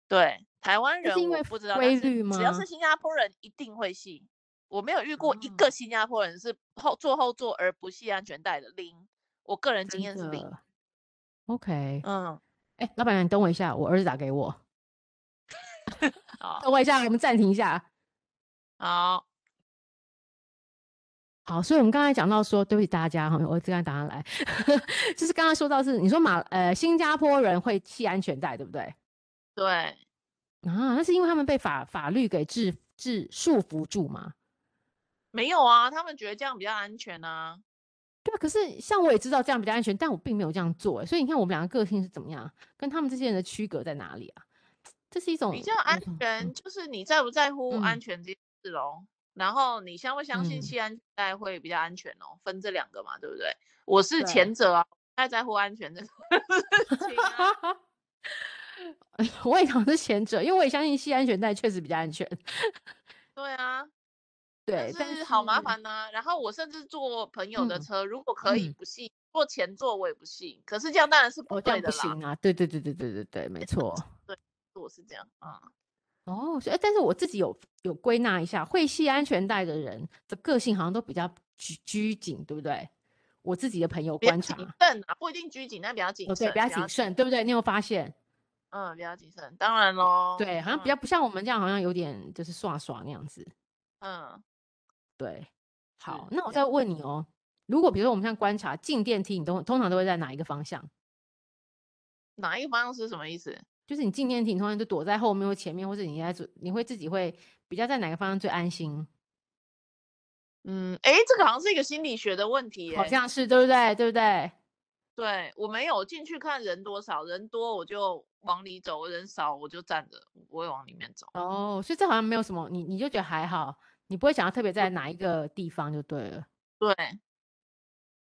Speaker 2: 对，台湾
Speaker 1: 这是
Speaker 2: 人
Speaker 1: 因
Speaker 2: 我
Speaker 1: 为
Speaker 2: 不知道，但
Speaker 1: 规
Speaker 2: 是
Speaker 1: 律
Speaker 2: 只要是
Speaker 1: 吗？
Speaker 2: 新加坡人一定会系，我没有遇过一
Speaker 1: 哦，
Speaker 2: 个新加坡人是后坐后座而不系安全带的，零，我个人经
Speaker 1: 真
Speaker 2: 验是零，
Speaker 1: 的。OK，
Speaker 2: 嗯，
Speaker 1: 哎、老板娘，你等我一下，我儿子打给我，
Speaker 2: 好，
Speaker 1: 等我一下，我们暂停一下。啊
Speaker 2: 好，
Speaker 1: 好，所以我们刚才讲到说，对不起大家哈，我这样打上来， 就是刚刚说到是你说马呃新加坡人会系安全带，对不对？
Speaker 2: 对，
Speaker 1: 啊，那是因为他们被法法律给制制束缚住嘛？
Speaker 2: 没有啊，他们觉得这样比较安全啊，
Speaker 1: 对啊，可是像我也知道这样比较安全，但我并没有这样做欸，所以你看我们两个个性是怎么样，跟他们这些人的区隔在哪里啊？这是一种嗯
Speaker 2: 比较安
Speaker 1: 那种
Speaker 2: 全就是你在不在乎安
Speaker 1: 嗯
Speaker 2: 全这件事咯，然后你相不相信
Speaker 1: 嗯，
Speaker 2: 系安全带会比较安全哦，分这两个嘛，对不对？我是
Speaker 1: 对。
Speaker 2: 前者啊，不太在乎安全这个 事情啊。
Speaker 1: 我也想是前者，因为我也相信系安全带确实比较安全。
Speaker 2: 对啊，但
Speaker 1: 对，但
Speaker 2: 是好麻
Speaker 1: 是
Speaker 2: 烦呐、然后我甚至坐朋友的
Speaker 1: 嗯
Speaker 2: 车，如果可以
Speaker 1: 嗯，
Speaker 2: 不信，坐前座我也不信。可是这样当然是不
Speaker 1: 哦，这样
Speaker 2: 对
Speaker 1: 不
Speaker 2: 的啦，
Speaker 1: 行啊！对对对对对对对，没错。
Speaker 2: 对，我是这样啊、
Speaker 1: 哦，所以但是我自己有有归纳一下，会系安全带的人的个性好像都比较拘拘谨，对不对？我自己的朋友
Speaker 2: 比较
Speaker 1: 观
Speaker 2: 谨
Speaker 1: 察，哦
Speaker 2: 慎啊，不一定拘谨，但比较谨
Speaker 1: 哦，对，
Speaker 2: 慎，
Speaker 1: 比较
Speaker 2: 比较
Speaker 1: 谨
Speaker 2: 谨，
Speaker 1: 慎，对不对？你有发现？
Speaker 2: 嗯，比较谨慎，当然咯，
Speaker 1: 对，好像比
Speaker 2: 嗯
Speaker 1: 较不像我们这样，好像有点就是耍耍那样子。
Speaker 2: 嗯，
Speaker 1: 对，好，
Speaker 2: 是
Speaker 1: 那我
Speaker 2: 这样。
Speaker 1: 再问你哦，如果比如说我们像观察进电梯，你都通常都会在哪一个方向？
Speaker 2: 哪一个方向是什么意思？
Speaker 1: 就是你进电梯，你通常就躲在后面或前面，或者你在做，你会自己会比较在哪个方向最安心？
Speaker 2: 嗯，诶，这个好像是一个心理学的问题
Speaker 1: 好
Speaker 2: 耶。
Speaker 1: 像是对不对？对不对？
Speaker 2: 对，我没有进去看人多少，人多我就往里走，人少我就站着，我会往里面走。
Speaker 1: 哦，所以这好像没有什么，你你就觉得还好，你不会想要特别在
Speaker 2: 对
Speaker 1: 哪一个地方就对了。
Speaker 2: 对，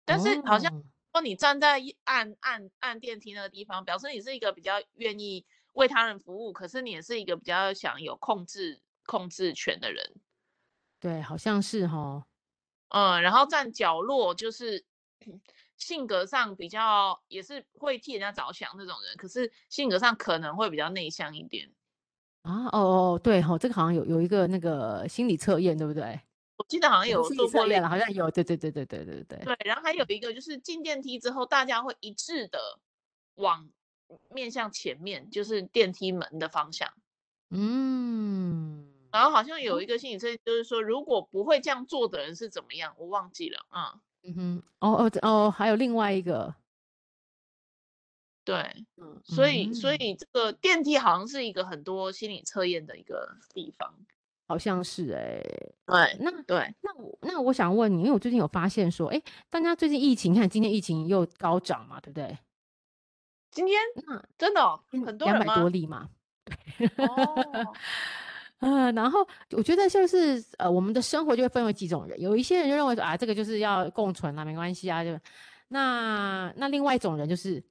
Speaker 2: 但是好像
Speaker 1: 哦，
Speaker 2: 说你站在一按按按电梯那个地方，表示你是一个比较愿意为他人服务，可是你也是一个比较想有控制控制权的人。
Speaker 1: 对，好像是哦。
Speaker 2: 嗯，然后站角落就是 性格上比较也是会替人家着想那种人，可是性格上可能会比较内向一点。
Speaker 1: 啊，哦哦，对哦，这个好像有有一个那个心理测验，对不对？
Speaker 2: 我记得好像有
Speaker 1: 不是
Speaker 2: 做
Speaker 1: 以色
Speaker 2: 过
Speaker 1: 列
Speaker 2: 类
Speaker 1: 了，好像有，对对对对对对对
Speaker 2: 对，然后还有一个就是进电梯之后，大家会一致的往面向前面，就是电梯门的方向。
Speaker 1: 嗯，
Speaker 2: 然后好像有一个心理测验，就是说如果不会这样做的人是怎么样，我忘记了。嗯，
Speaker 1: 嗯哼，哦哦这哦，还有另外一个，
Speaker 2: 对，
Speaker 1: 嗯，
Speaker 2: 所以所
Speaker 1: 嗯
Speaker 2: 以这个电梯好像是一个很多心理测验的一个地方。
Speaker 1: 好像是哎、
Speaker 2: 对
Speaker 1: 那
Speaker 2: 对，
Speaker 1: 那我那我想问你，因为我最近有发现说，哎，大家最近疫情，你看今天疫情又高涨嘛，对不对？
Speaker 2: 今天
Speaker 1: 那
Speaker 2: 真的哦、
Speaker 1: 嗯
Speaker 2: 很多
Speaker 1: 两
Speaker 2: 人
Speaker 1: 百多
Speaker 2: 吗？
Speaker 1: 例嘛，
Speaker 2: 哦，
Speaker 1: 呃，然后我觉得就是呃，我们的生活就会分为几种人，有一些人就认为说啊，这个就是要共存啦，没关系啊，就那那另外一种人就是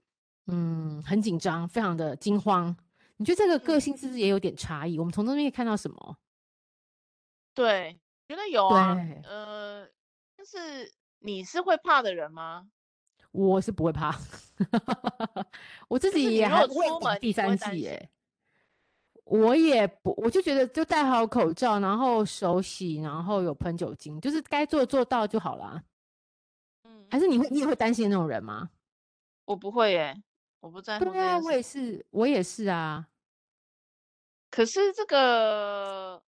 Speaker 1: 嗯，很紧张，非常的惊慌。你觉得这个个
Speaker 2: 嗯，
Speaker 1: 性是不是也有点差异？我们从中间可以看到什么？
Speaker 2: 对，觉得有啊。
Speaker 1: 对，
Speaker 2: 呃，就是你是会怕的人吗？
Speaker 1: 我是不会怕， 我自
Speaker 2: 就是
Speaker 1: 己
Speaker 2: 你
Speaker 1: 也
Speaker 2: 如
Speaker 1: 还
Speaker 2: 果
Speaker 1: 未
Speaker 2: 出
Speaker 1: 抵
Speaker 2: 门，
Speaker 1: 第
Speaker 2: 你不会
Speaker 1: 三
Speaker 2: 担
Speaker 1: 季
Speaker 2: 心。
Speaker 1: 耶，我也不，我就觉得就戴好口罩，然后手洗，然后有喷酒精，就是该做的做到就好啦。还
Speaker 2: 嗯，
Speaker 1: 是你会你也会担心那种人吗？
Speaker 2: 我不会耶，我不在乎
Speaker 1: 对
Speaker 2: 这
Speaker 1: 啊，
Speaker 2: 件
Speaker 1: 我
Speaker 2: 事
Speaker 1: 也
Speaker 2: 情。
Speaker 1: 是，我也是啊。
Speaker 2: 可是这个，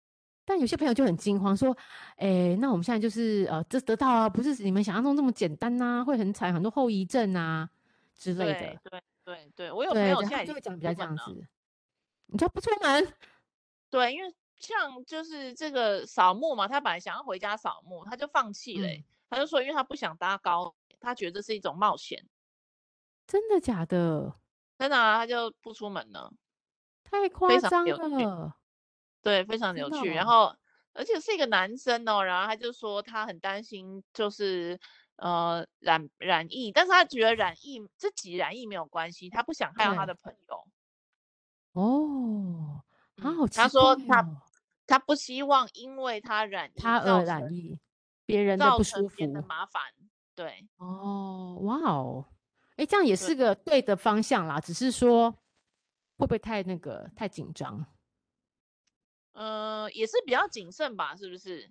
Speaker 1: 但有些朋友就很惊慌，说：“哎，那我们现在就是呃，这得到啊，不是你们想象中这么简单呐、会很惨，很多后遗症啊之类
Speaker 2: 对
Speaker 1: 的。
Speaker 2: 对对对，我有朋
Speaker 1: 对”
Speaker 2: 友
Speaker 1: 对，他
Speaker 2: 现在
Speaker 1: 们
Speaker 2: 已
Speaker 1: 就
Speaker 2: 经
Speaker 1: 会
Speaker 2: 不
Speaker 1: 讲比
Speaker 2: 出
Speaker 1: 较这样
Speaker 2: 门了。
Speaker 1: 子，你就不出门，
Speaker 2: 对，因为像就是这个扫墓嘛，他本来想要回家扫墓，他就放弃了欸，
Speaker 1: 嗯，
Speaker 2: 他就说因为他不想搭高铁，他觉得这是一种冒险，
Speaker 1: 真的假的？
Speaker 2: 真的啊，他就不出门了，
Speaker 1: 太
Speaker 2: 非
Speaker 1: 夸
Speaker 2: 常
Speaker 1: 张
Speaker 2: 有趣。
Speaker 1: 了，
Speaker 2: 对，非常
Speaker 1: 真
Speaker 2: 有
Speaker 1: 的
Speaker 2: 趣。然
Speaker 1: 哦，
Speaker 2: 后，而且是一个男生哦，然后他就说他很担心，就是呃染染疫，但是他觉得染疫自己染疫没有关系，他不想害到他
Speaker 1: 对，
Speaker 2: 的朋友。
Speaker 1: 哦，啊，
Speaker 2: 嗯，
Speaker 1: 好
Speaker 2: 他
Speaker 1: 奇怪
Speaker 2: 说他
Speaker 1: 哦，
Speaker 2: 他不希望因为他染疫
Speaker 1: 他而
Speaker 2: 造成
Speaker 1: 染疫，别人的
Speaker 2: 造
Speaker 1: 不
Speaker 2: 成
Speaker 1: 舒
Speaker 2: 别人的
Speaker 1: 服，
Speaker 2: 麻烦。对
Speaker 1: 哦，哇哦，哎，这样也
Speaker 2: 对
Speaker 1: 是个对的方向啦，只是说会不会太那个太紧张？
Speaker 2: 呃，也是比较谨慎吧，是不是？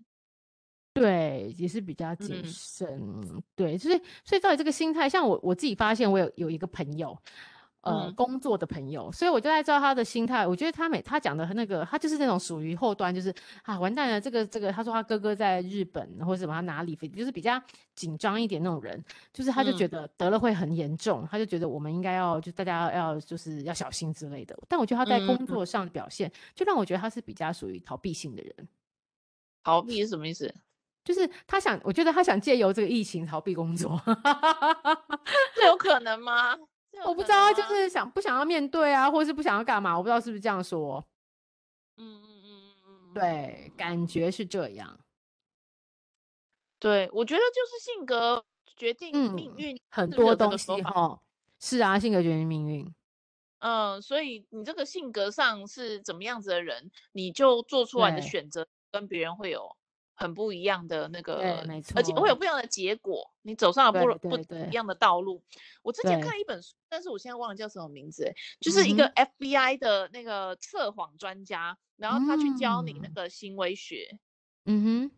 Speaker 1: 对，也是比较谨
Speaker 2: 嗯
Speaker 1: 慎。对，就是所以到底这个心态，像我我自己发现，我有有一个朋友，呃，
Speaker 2: 嗯
Speaker 1: 工作的朋友，所以我就在知道他的心态。我觉得他每他讲的那个，他就是那种属于后端，就是啊，完蛋了，这个这个，他说他哥哥在日本或者什么，他哪里飞，就是比较紧张一点那种人，就是他就觉
Speaker 2: 嗯
Speaker 1: 得得了会很严重，他就觉得我们应该要就大家要就是要小心之类的。但我觉得他在
Speaker 2: 嗯，
Speaker 1: 工作上的表现，就让我觉得他是比较属于逃避性的人。
Speaker 2: 逃
Speaker 1: 嗯
Speaker 2: 避是什么意思？
Speaker 1: 就是他想，我觉得他想借由这个疫情逃避工作，
Speaker 2: 这有可能吗？这有
Speaker 1: 我不
Speaker 2: 可
Speaker 1: 知道他
Speaker 2: 能
Speaker 1: 就
Speaker 2: 吗？
Speaker 1: 是想不想要面对啊，或是不想要干嘛，我不知道是不是这样说。
Speaker 2: 嗯嗯嗯嗯嗯嗯嗯
Speaker 1: 对，
Speaker 2: 嗯
Speaker 1: 感
Speaker 2: 嗯。
Speaker 1: 觉是这样。
Speaker 2: 对，我觉得就是性格决定命
Speaker 1: 嗯，
Speaker 2: 运，
Speaker 1: 很
Speaker 2: 是不是
Speaker 1: 多
Speaker 2: 有这个
Speaker 1: 东
Speaker 2: 说
Speaker 1: 西
Speaker 2: 法？
Speaker 1: 哈，是啊，性格决定命运。
Speaker 2: 嗯，所以你这个性格上是怎么样子的人，你就做出来的
Speaker 1: 对
Speaker 2: 选择跟别人会有很不一样的那
Speaker 1: 对，
Speaker 2: 个，
Speaker 1: 没
Speaker 2: 而且会
Speaker 1: 错，
Speaker 2: 有不一样的结果。你走上了不
Speaker 1: 对
Speaker 2: 不
Speaker 1: 对
Speaker 2: 一
Speaker 1: 对
Speaker 2: 样的道路。我之前
Speaker 1: 对，
Speaker 2: 看一本书，但是我现在忘了叫什么名字欸，就是
Speaker 1: 嗯
Speaker 2: 一个
Speaker 1: 哼，
Speaker 2: FBI 的那个测谎专家，然后他去教你那
Speaker 1: 嗯
Speaker 2: 个行为学。
Speaker 1: 嗯哼，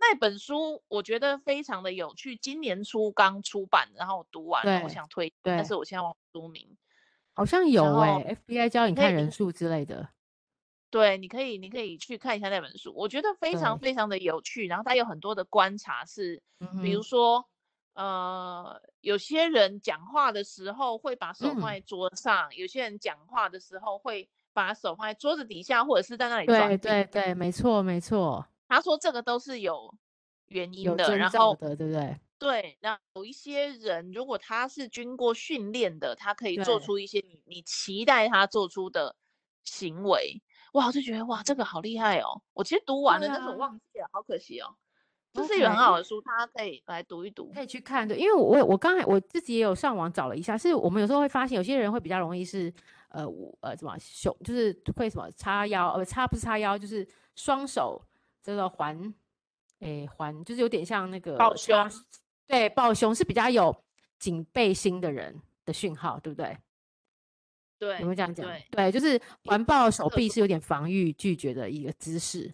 Speaker 2: 那本书我觉得非常的有趣，今年初刚出版，然后我读完了，
Speaker 1: 对
Speaker 2: 我想推荐，但
Speaker 1: 对，
Speaker 2: 是我现在忘了书名。
Speaker 1: 好像
Speaker 2: 然
Speaker 1: 有
Speaker 2: 后
Speaker 1: 诶 f b i 教你
Speaker 2: 可以，
Speaker 1: 看人
Speaker 2: 你
Speaker 1: 数之类的，
Speaker 2: 对，你可以，你可以去看一下那本书，我觉得非常
Speaker 1: 对，
Speaker 2: 非常的有趣。然后它有很多的观察是，
Speaker 1: 嗯
Speaker 2: 比如
Speaker 1: 哼，
Speaker 2: 说，呃，有些人讲话的时候会把手放
Speaker 1: 嗯，
Speaker 2: 在桌上，有些人讲话的时候会把手放在桌子底下，或者是在那里
Speaker 1: 对
Speaker 2: 转笔。
Speaker 1: 对对，没错没错，
Speaker 2: 他说这个都是有原因
Speaker 1: 有
Speaker 2: 的。
Speaker 1: 征
Speaker 2: 然
Speaker 1: 兆
Speaker 2: 后
Speaker 1: 的，对不对？
Speaker 2: 对，那有一些人，如果他是经过训练的，他可以做
Speaker 1: 对，
Speaker 2: 出一些你你期待他做出的行为，哇，我就觉得哇，这个好厉害哦！我其实读完
Speaker 1: 对
Speaker 2: 了，但是我忘
Speaker 1: 啊。
Speaker 2: 记了，好可惜哦。这是一本很
Speaker 1: OK，因
Speaker 2: 好
Speaker 1: 为
Speaker 2: 的书，大家可以来读一读。
Speaker 1: 可以去看对，因为我我我刚才我自己也有上网找了一下，是我们有时候会发现有些人会比较容易是呃我呃什么胸，就是会什么叉腰呃叉不是叉腰，就是双手这个环诶环，就是有点像那
Speaker 2: 抱
Speaker 1: 个叉
Speaker 2: 胸，
Speaker 1: 对抱胸是比较有警备心的人的讯号，对不对？有没有
Speaker 2: 对
Speaker 1: 这样讲？
Speaker 2: 对，
Speaker 1: 对，就是
Speaker 2: 有
Speaker 1: 环抱手
Speaker 2: 这个
Speaker 1: 臂
Speaker 2: 说，
Speaker 1: 是有点防御拒绝的一个姿势。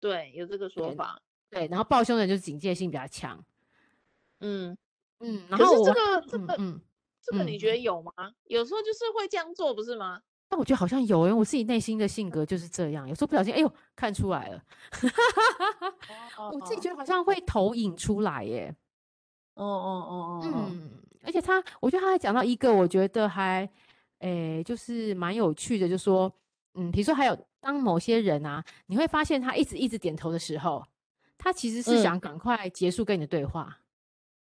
Speaker 2: 对，有这个说
Speaker 1: 对，
Speaker 2: 法。
Speaker 1: 对，然后抱胸的人就是警戒性比较强，
Speaker 2: 嗯，
Speaker 1: 嗯，然
Speaker 2: 可
Speaker 1: 后
Speaker 2: 是
Speaker 1: 我
Speaker 2: 这个这
Speaker 1: 嗯
Speaker 2: 个
Speaker 1: 嗯，
Speaker 2: 这个你
Speaker 1: 嗯
Speaker 2: 觉得有吗？有时候就是会这样做，不是吗？
Speaker 1: 但我觉得好像有，因为我自己内心的性格就是这样，有时候不小心，哎呦，看出来了，哦
Speaker 2: 哦
Speaker 1: 我自己觉得好像会投影出来耶，
Speaker 2: 哦，哦哦哦哦哦，
Speaker 1: 嗯，而且他，我觉得他还讲到一个，我觉得还，诶、就是蛮有趣的，就说，嗯，比如说还有当某些人啊，你会发现他一直一直点头的时候，他其实是
Speaker 2: 嗯
Speaker 1: 想赶快结束跟你的对话。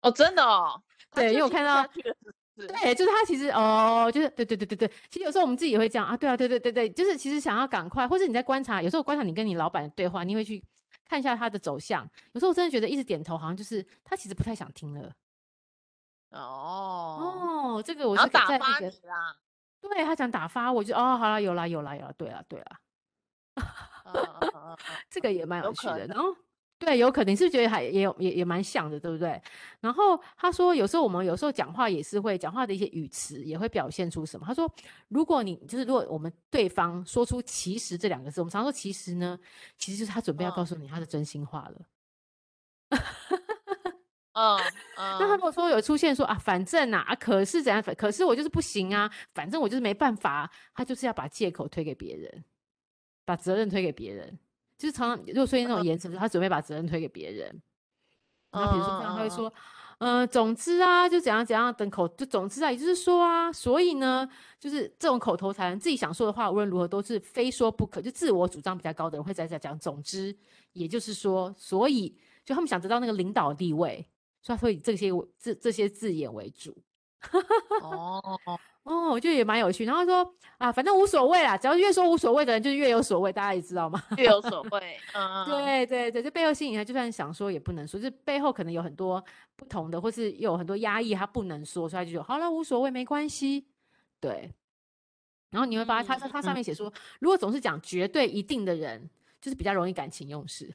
Speaker 2: 哦，真的哦，他
Speaker 1: 对
Speaker 2: 就
Speaker 1: 因为我
Speaker 2: 听
Speaker 1: 看
Speaker 2: 不
Speaker 1: 到
Speaker 2: 下去了是不是
Speaker 1: 对，就是他其实哦，就是对对对对对，其实有时候我们自己也会这样啊，对啊，对对对对，就是其实想要赶快，或者你在观察，有时候观察你跟你老板的对话，你会去看一下他的走向。有时候我真的觉得一直点头，好像就是他其实不太想听了。
Speaker 2: 哦，
Speaker 1: 哦，这个我
Speaker 2: 然
Speaker 1: 是
Speaker 2: 后
Speaker 1: 可以在
Speaker 2: 打
Speaker 1: 那
Speaker 2: 发
Speaker 1: 个
Speaker 2: 你啦，
Speaker 1: 对他想打发我就，哦，好啦，有啦有啦有啦，对啦对啦，啊
Speaker 2: 嗯嗯嗯嗯
Speaker 1: 这个也蛮有
Speaker 2: 有
Speaker 1: 趣
Speaker 2: 可
Speaker 1: 的。然
Speaker 2: 能
Speaker 1: 后对，有可能是觉得还也有也也蛮像的，对不对？然后他说，有时候我们有时候讲话也是会讲话的一些语词也会表现出什么。他说，如果你就是如果我们对方说出“其实”这两个字，我们常说“其实”呢，其实就是他准备要
Speaker 2: 嗯
Speaker 1: 告诉你他的真心话了。那
Speaker 2: 嗯
Speaker 1: 他如
Speaker 2: 嗯，
Speaker 1: 果说有出现说啊，反正啊，啊可是怎样，反可是我就是不行啊，反正我就是没办法啊、他就是要把借口推给别人，把责任推给别人，就是常常如果出现那种
Speaker 2: 嗯
Speaker 1: 言辞，他准备把责任推给别人。然后比如说，他会
Speaker 2: 嗯嗯嗯嗯
Speaker 1: 说，嗯、总之啊，就怎样怎样，等口就总之啊，也就是说啊，所以呢，就是这种口头禅，自己想说的话，无论如何都是非说不可，就自我主张比较高的人会在在讲。总之，也就是说，所以就他们想得到那个领导地位，所以他会以这些为这这些字眼为主。
Speaker 2: 哦，
Speaker 1: 哦，我觉得也蛮有趣。然后他说啊，反正无所谓啦，只要越说无所谓的人，就是越有所谓，大家也知道嘛。
Speaker 2: 略有所谓，嗯，嗯嗯
Speaker 1: 对对对，这背后心理他就算想说也不能说，这背后可能有很多不同的，或是有很多压抑，他不能说，所以他就说好了，无所谓，没关系。对，然后你会发现他，他他上
Speaker 2: 嗯
Speaker 1: 面写说，如果总是讲绝对一定的人，就是比较容易感情用事，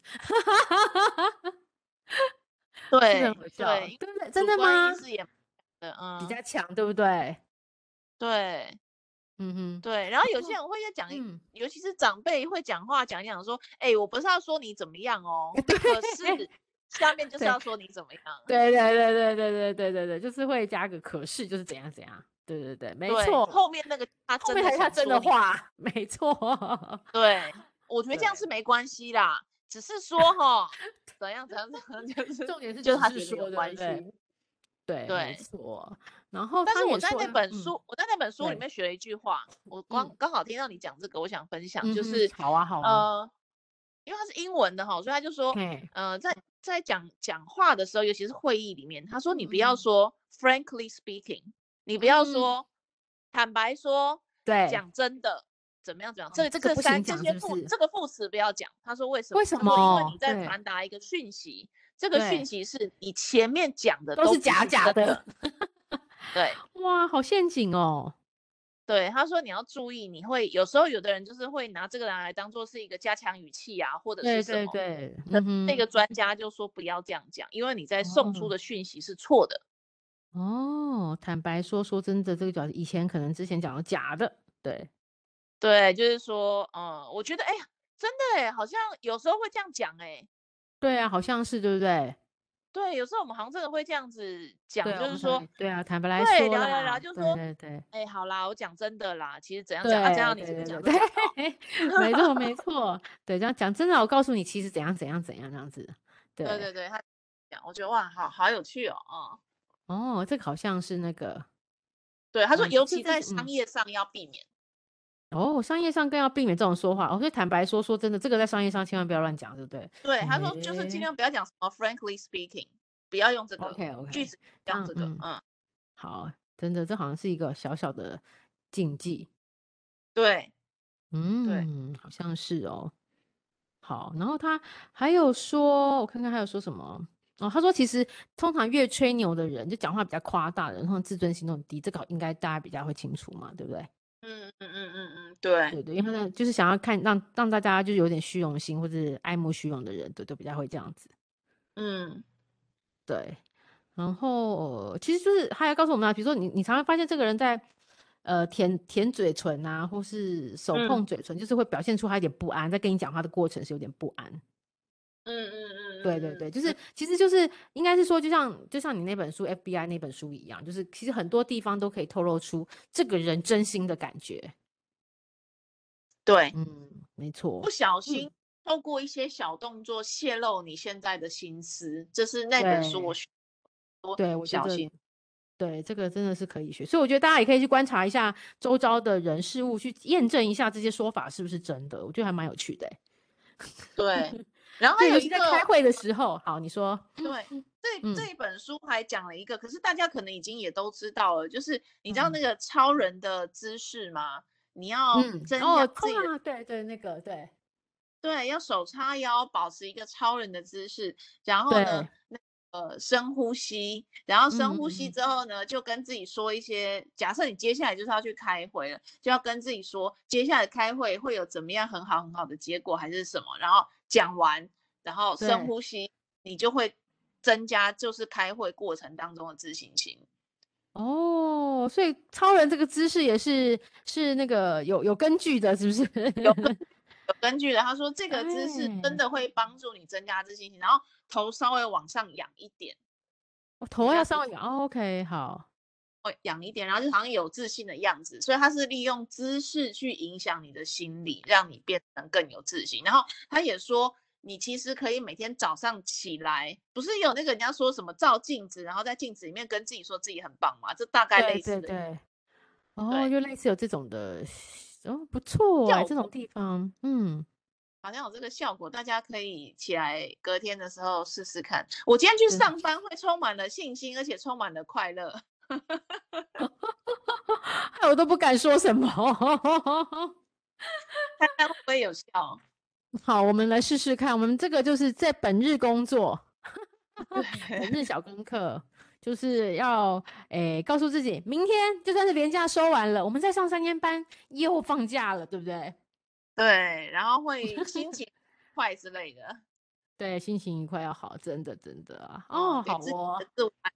Speaker 1: 真的
Speaker 2: 嗯对
Speaker 1: 很好笑，
Speaker 2: 对，因为
Speaker 1: 对不对？真
Speaker 2: 主
Speaker 1: 的
Speaker 2: 观
Speaker 1: 吗
Speaker 2: 意？识也蛮强的，
Speaker 1: 比
Speaker 2: 嗯，
Speaker 1: 较强，对不对？
Speaker 2: 对
Speaker 1: 嗯哼，
Speaker 2: 对，然后有
Speaker 1: 后
Speaker 2: 些人会在讲一，
Speaker 1: 嗯，
Speaker 2: 尤其是长辈会讲话讲一讲说，哎，我不是要说你怎么样 哦，可是下面就是
Speaker 1: 对
Speaker 2: 要说你怎么样，
Speaker 1: 对对对对对对对对对，就是会加个可是，就是怎样怎样，对对对，没
Speaker 2: 对，
Speaker 1: 错。
Speaker 2: 后面那个他
Speaker 1: 后
Speaker 2: 真
Speaker 1: 面
Speaker 2: 的
Speaker 1: 还是他
Speaker 2: 想
Speaker 1: 真
Speaker 2: 说
Speaker 1: 的
Speaker 2: 你，
Speaker 1: 话，没错。
Speaker 2: 对，我觉得这样
Speaker 1: 对
Speaker 2: 是没关系啦，只是说 哈，怎样怎样怎样， 就是
Speaker 1: 重点是
Speaker 2: 就是
Speaker 1: 只
Speaker 2: 他
Speaker 1: 是
Speaker 2: 觉
Speaker 1: 说
Speaker 2: 得有
Speaker 1: 对
Speaker 2: 关
Speaker 1: 不
Speaker 2: 系。
Speaker 1: 对对，没
Speaker 2: 对
Speaker 1: 错。然后
Speaker 2: 但
Speaker 1: 哦他
Speaker 2: 是我
Speaker 1: 也
Speaker 2: 在
Speaker 1: 说
Speaker 2: 那
Speaker 1: 了，
Speaker 2: 本
Speaker 1: 嗯
Speaker 2: 书，我在那本书里
Speaker 1: 对
Speaker 2: 面学了一句话，我刚
Speaker 1: 嗯
Speaker 2: 刚好听到你讲这个，我想分享，
Speaker 1: 嗯
Speaker 2: 就
Speaker 1: 哼
Speaker 2: 是
Speaker 1: 好啊好啊，
Speaker 2: 呃，因为它是英文的哈，所以他就说，
Speaker 1: 嘿，
Speaker 2: 呃，在在讲讲话的时候，尤其是会议里面，他说你不要
Speaker 1: 嗯
Speaker 2: 说 frankly speaking，你不要
Speaker 1: 嗯
Speaker 2: 说坦白说，
Speaker 1: 对，
Speaker 2: 讲真的。怎么样？怎么样？
Speaker 1: 哦
Speaker 2: 这
Speaker 1: 这个
Speaker 2: 这
Speaker 1: 不
Speaker 2: 三
Speaker 1: 行
Speaker 2: 这
Speaker 1: 讲
Speaker 2: 些
Speaker 1: 是不
Speaker 2: 副
Speaker 1: 是
Speaker 2: 这个副词不要讲。他说为什么？
Speaker 1: 为什
Speaker 2: 他说因为
Speaker 1: 么
Speaker 2: 你在
Speaker 1: 对
Speaker 2: 传达一个讯息，这个
Speaker 1: 对
Speaker 2: 讯息是你前面讲的
Speaker 1: 都
Speaker 2: 不
Speaker 1: 是假
Speaker 2: 是
Speaker 1: 假
Speaker 2: 真
Speaker 1: 的，
Speaker 2: 对，
Speaker 1: 哇，好陷阱哦。
Speaker 2: 对，他说你要注意，你会有时候有的人就是会拿这个拿来当做是一个加强语气啊，或者
Speaker 1: 对
Speaker 2: 是什
Speaker 1: 对
Speaker 2: 么。
Speaker 1: 对，
Speaker 2: 那
Speaker 1: 嗯哼，
Speaker 2: 那个专家就说不要这样讲，因为你在送出
Speaker 1: 哦
Speaker 2: 的讯息是错的。
Speaker 1: 哦，坦白说，说真的，这个叫以前可能之前讲的假的，对，
Speaker 2: 对，就是说，嗯，我觉得，哎呀，真的哎，好像有时候会这样讲哎。
Speaker 1: 对啊，好像是对不对？
Speaker 2: 对，有时候我们好像真的会这样子讲，
Speaker 1: 对啊，
Speaker 2: 就
Speaker 1: 我
Speaker 2: 是
Speaker 1: 们常
Speaker 2: 说，
Speaker 1: 常对啊，坦白来
Speaker 2: 对，
Speaker 1: 说
Speaker 2: 聊聊聊，
Speaker 1: 啦，
Speaker 2: 就
Speaker 1: 对
Speaker 2: 说，
Speaker 1: 对对。
Speaker 2: 哎，好啦，我讲真的啦，其实怎样
Speaker 1: 对
Speaker 2: 怎样啊，怎样你
Speaker 1: 对
Speaker 2: 是不是
Speaker 1: 对
Speaker 2: 讲
Speaker 1: 对
Speaker 2: 都讲哦 到，
Speaker 1: 对，没错 没错，对，这样讲真的，我告诉你，其实怎样怎样怎样这样子，对，
Speaker 2: 对对对，他讲，我觉得哇，好好有趣哦，嗯，
Speaker 1: 哦，这个好像是那个，
Speaker 2: 对，他说
Speaker 1: 嗯，
Speaker 2: 尤
Speaker 1: 这
Speaker 2: 其
Speaker 1: 这
Speaker 2: 在
Speaker 1: 是嗯
Speaker 2: 商业上要避免。
Speaker 1: 哦，商业上更要避免这种说话，哦，所以坦白说，说真的，这个在商业上千万不要乱讲，对不对？
Speaker 2: 对，他说就是尽
Speaker 1: 诶
Speaker 2: 量不要讲什么 frankly speaking，不要用这个
Speaker 1: OK
Speaker 2: 句
Speaker 1: OK，
Speaker 2: 子，不
Speaker 1: 这
Speaker 2: 要
Speaker 1: 样
Speaker 2: 用这个，
Speaker 1: 嗯，
Speaker 2: 嗯，
Speaker 1: 呃好，真的，这好像是一个小小的禁忌，
Speaker 2: 对对，
Speaker 1: 嗯，好像是哦。好，然后他还有说，我看看还有说什么哦。他说，其实通常越吹牛的人，就讲话比较夸大的人，通常自尊心都很低，这个应该大家比较会清楚嘛，对不对？
Speaker 2: 嗯嗯嗯嗯嗯，对
Speaker 1: 对对，因为他在就是想要看让让大家就是有点虚荣心或者爱慕虚荣的人，对，都比较会这样子。
Speaker 2: 嗯
Speaker 1: 对，然后、呃、其实就是他要告诉我们啊，比如说你你常常发现这个人在呃舔舔嘴唇啊，或是手碰
Speaker 2: 嗯
Speaker 1: 嘴唇，就是会表现出他有点不安，在跟你讲话的过程是有点不安。
Speaker 2: 嗯嗯嗯
Speaker 1: 对对对，
Speaker 2: 嗯
Speaker 1: 就是其实就是应该是说，就像就像你那本书 FBI 那本书一样，就是其实很多地方都可以透露出这个人真心的感觉。
Speaker 2: 对，
Speaker 1: 嗯，没错
Speaker 2: 不，
Speaker 1: 嗯
Speaker 2: 小心透过一些小动作泄露你现在的心思，这是那本书我
Speaker 1: 对
Speaker 2: 学多
Speaker 1: 对我觉
Speaker 2: 小
Speaker 1: 得
Speaker 2: 心。
Speaker 1: 对这个真的是可以学，所以我觉得大家也可以去观察一下周遭的人事物，去验证一下这些说法是不是真的，我觉得还蛮有趣的欸。
Speaker 2: 对，然后还
Speaker 1: 对，
Speaker 2: 有
Speaker 1: 尤
Speaker 2: 一
Speaker 1: 其
Speaker 2: 个
Speaker 1: 在开会的时候，好，你说，
Speaker 2: 对，这
Speaker 1: 嗯
Speaker 2: 这一本书还讲了一个，可是大家可能已经也都知道了，就是你知道
Speaker 1: 嗯
Speaker 2: 那个超人的姿势吗？你要
Speaker 1: 嗯，
Speaker 2: 增加
Speaker 1: 哦，
Speaker 2: 自己的、
Speaker 1: 啊，对对，那个对，
Speaker 2: 对，要手叉腰，保持一个超人的姿势，然后呢
Speaker 1: 对，
Speaker 2: 那呃深呼吸，然后深呼
Speaker 1: 嗯嗯
Speaker 2: 吸
Speaker 1: 嗯
Speaker 2: 之后呢，就跟自己说一些，假设你接下来就是要去开会了，就要跟自己说，接下来开会会有怎么样很好很好的结果还是什么，然后讲完，然后
Speaker 1: 对
Speaker 2: 深呼吸，你就会增加就是开会过程当中的自信心。
Speaker 1: 哦，所以超人这个姿势也是是那个有有根据的，是不是？
Speaker 2: 有根据的，他说这个姿势
Speaker 1: 哎
Speaker 2: 真的会帮助你增加自信心，然后头稍微往上仰一点。
Speaker 1: 我头
Speaker 2: 比
Speaker 1: 要
Speaker 2: 较
Speaker 1: 稍
Speaker 2: 不
Speaker 1: 微仰、哦、，OK，好，
Speaker 2: 会养一点，然后就好像有自信的样子，所以他是利用姿势去影响你的心理，让你变成更有自信。然后他也说，你其实可以每天早上起来，不是有那个人家说什么照镜子，然后在镜子里面跟自己说自己很棒嘛？这大概
Speaker 1: 对
Speaker 2: 类
Speaker 1: 对
Speaker 2: 似的。
Speaker 1: 对，哦，
Speaker 2: 对
Speaker 1: 就类似有这种的，哦，不错哎，
Speaker 2: 效
Speaker 1: 这种地方，嗯，
Speaker 2: 好像有这个效果，大家可以起来隔天的时候试试看。我今天去
Speaker 1: 对
Speaker 2: 上班会充满了信心，而且充满了快乐。
Speaker 1: 害哎我都不敢说什么。
Speaker 2: 看看会不会有效？
Speaker 1: 好，我们来试试看，我们这个就是在本日工作。本
Speaker 2: 对
Speaker 1: 日小功课，就是要诶、告诉自己，明天就算是连假收完了，我们再上三天班又放假了，对不对？
Speaker 2: 对，然后会心情快之类的。
Speaker 1: 对，心情愉快要好，真的真的啊，
Speaker 2: 嗯
Speaker 1: 哦，
Speaker 2: 给
Speaker 1: 好
Speaker 2: 自己
Speaker 1: 哦
Speaker 2: 的，自我安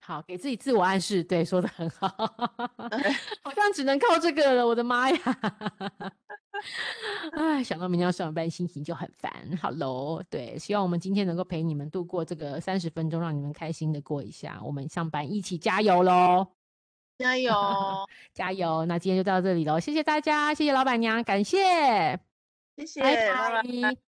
Speaker 1: 好，给自己自我暗示，对，说的很好，呃
Speaker 2: 对
Speaker 1: 好像只能靠这个了，我的妈呀！ 哎，想到明天要上班，心情就很烦。好喽，对，希望我们今天能够陪你们度过这个三十分钟，让你们开心的过一下。我们上班一起加油喽！
Speaker 2: 加油，
Speaker 1: 加油！那今天就到这里喽，谢谢大家，谢谢老板娘，感谢，
Speaker 2: 谢谢，
Speaker 1: 拜
Speaker 2: 拜拜。
Speaker 1: 拜